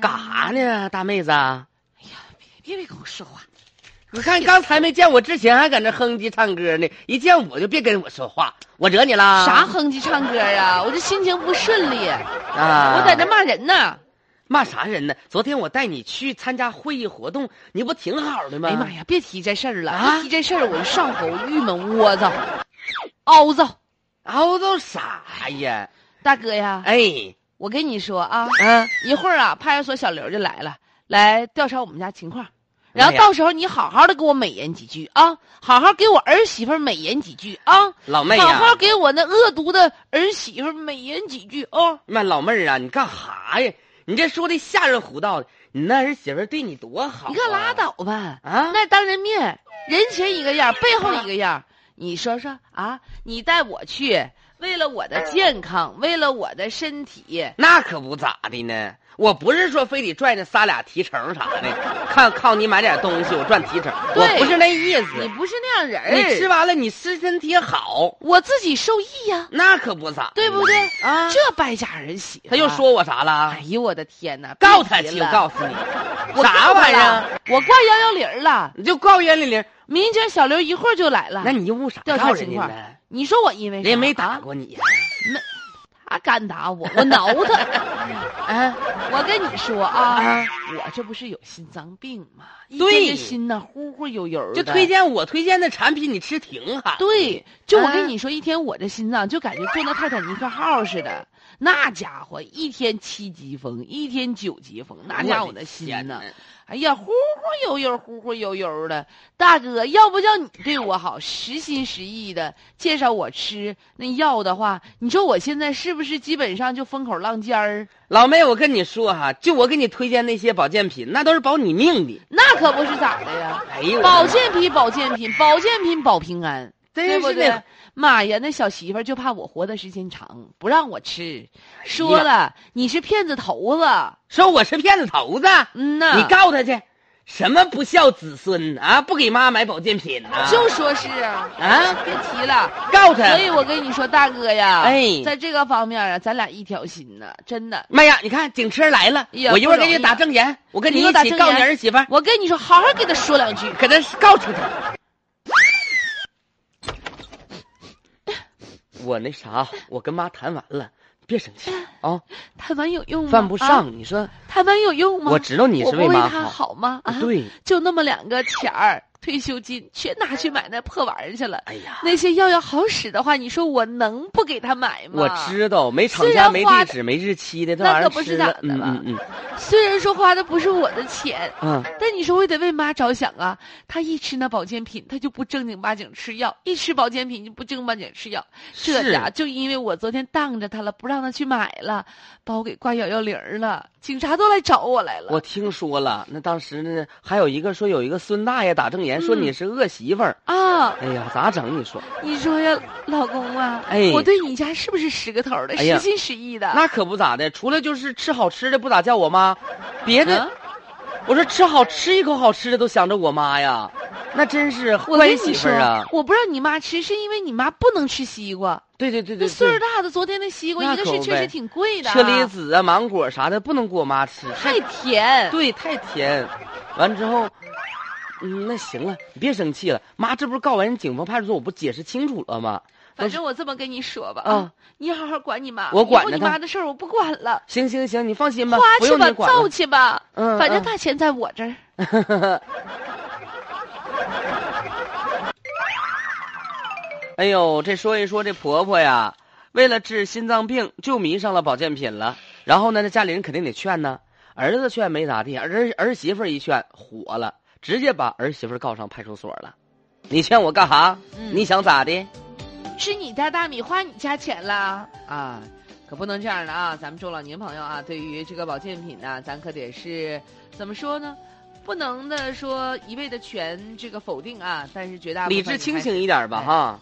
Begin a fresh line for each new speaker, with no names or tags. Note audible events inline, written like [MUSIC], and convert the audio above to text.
干啥呢，大妹子？我
哎呀，别别别跟我说话， [LAUGHS]
看刚才没见我之前还搁那哼唧唱歌呢，一见我就别跟我说话，我惹你啦？
啥哼唧唱歌
[LAUGHS]
啊？我这心情不顺利，
啊！
我在这骂人呢。
骂啥人呢？昨天我带你去参加会议活动，你不挺好的吗？
哎呀妈！呀，别提这事儿了，
啊
一提这事儿我就上火，我郁闷窝躁，凹躁。
熬到啥呀？
大哥呀，
哎，
我跟你说啊，
啊，
一会儿啊，派出所小刘就来了，来调查我们家情况。
哎
然后
呀
到时候你好好的给我美言几句啊，好好给我儿媳妇儿美言几句啊，
老妹
好
哎呀、
好给我那恶毒的儿媳妇儿美言几句啊。
那老妹儿啊，你干哈呀？你这说的吓人胡道的，你那儿媳妇儿对你多好、
你可拉倒吧，
啊！
那当人面人前一个样，背后一个样。你说说啊，你带我去，为了我的健康，为了我的身体，
那可不咋的呢，我不是说非得拽着仨俩提成啥的，看靠你买点东西我赚提成，
对
我不是那意
你
思。哎
不是那样人儿。
你吃完了，你身身体好，
我自己受益呀、
那可不咋的，
对不对？
啊？
这败家儿媳妇，
他又，说我啥了
哎？呦我的天哪，
告他去！
去，
我告诉你，
我
啥
告他
玩意儿？
了？我挂幺幺零了，
你就告袁玲玲，
民警小刘一会儿就来了。
那你又误啥
调查
告人
情
家
况
呢？
你说我因为
人
啥
家没打
啊
过你呀、
他敢打我，我挠他。
啊？
我跟你说啊，
啊
我这不是有心脏病吗？一
对
天这心呐忽忽悠悠的。
就推荐我推荐的产品，你吃挺好。
对，就我
啊
跟你说，一天我这心脏就感觉坐那泰坦尼克号似的，那家伙一天七级风，一天九级风，那家伙我
的
的心
天
呐，哎呀，忽忽悠悠，忽忽悠悠的。大哥，要不叫你对我好，实心实意的介绍我吃那药的话，你说我现在是不是基本上就风口浪尖儿？
老妹，我跟你说哈，就我给你推荐那些保健品，那都是保你命的。
那可不是咋的呀。
哎呦，
[LAUGHS] 保健品，保健品，保健品保平安，对
真
不
是
对
的，？
妈呀，那小媳妇儿就怕我活的时间长，不让我吃，
哎
说了你是骗子头子，
说我是骗子头子，
嗯呐，
你告他去，什么不孝子孙啊，不给妈买保健品呐、
就说是啊，
啊，
别
[LAUGHS]
提了。
告他
所。以我跟你说，大哥呀，
哎
在这个方面啊，咱俩一条心呐，真的。
妈呀！你看警车来了，
哎呀
我一会儿
不
给
容易
你打正言，我跟
你
你
给我
一
打
起
正
告你
言
儿媳妇儿，
我跟你说，好好给他说两句。
搁这告诉他。我那啥，我跟妈谈完了，别生气啊，
谈完有用吗？
犯不
哎啊，
上。你说
谈完有用吗？
我知道你
我
是
不
为妈
他
好，
好吗？啊，
对，
就那么两个钱儿，退休金全拿去买那破玩意儿去了。
哎呀，
那些药要好使的话，你说我能不给他买吗？
我，知道没厂
虽
家、
然
没
花
地
的
址、没日期的，这
那
玩意儿
可不
吃
是咋
了
的
嗯
了
嗯嗯
虽然说花的不是我的钱，
嗯，
但你说我也得为妈着想啊。她一吃那保健品，她就不正经八经吃药；一吃保健品就不正经八经吃药。这
是
家就因为我昨天当着她了，不让她去买了，把我给挂幺幺零了，警察都来找我来了。
我听说了，那当时呢，还有一个说有一个孙大爷打正言说
嗯
你是恶媳妇儿，
啊，
哎呀，咋整？你说，
你说呀，老公啊，
哎
我对你家是不是十个头儿的，
哎呀
实心实意的？
那可不咋的，除了就是吃好吃的不咋叫我妈，别的。
啊
我说吃好吃一口好吃的都想着我妈呀，那真是
我
坏
跟
媳
你
妇
说
儿啊！，
我不让你妈吃，是因为你妈不能吃西瓜。
对对对
那
对
岁数
对，
大的，昨天那西瓜
那
一个
可
是
不
确
呗
实挺贵的啊，
车厘子啊、芒果啥的不能给我妈吃，
太甜。
[LAUGHS] 对，太甜。完之后，嗯，那行了，你别生气了，妈，这不是告完人警方派出所，我不解释清楚了吗？
反正我这么跟你说吧，
啊，
你好好嗯管你妈，
我管
以后
着
你
她
妈的事儿我不管了，
行行行，你放心吧
花，
不
去
用
吧，
你管
造
了。
去吧，
嗯，
反正
嗯
大钱在我这儿。
哎呦，这说一说这婆婆呀，为了治心脏病就迷上了保健品了。然后呢，那家里人肯定得劝呢，儿子劝没咋地，儿儿媳妇儿一劝火了，直接把儿媳妇儿告上派出所了。你劝我干啥？
嗯
你想咋的？
吃你家大米，花你家钱啦！啊，可不能这样的啊！咱们中老年朋友啊，对于这个保健品呢、咱可得是怎么说呢？不能的说一味的全这个否定啊，但是绝大部分
理智
你
清
还
醒一点吧，
哎
哈。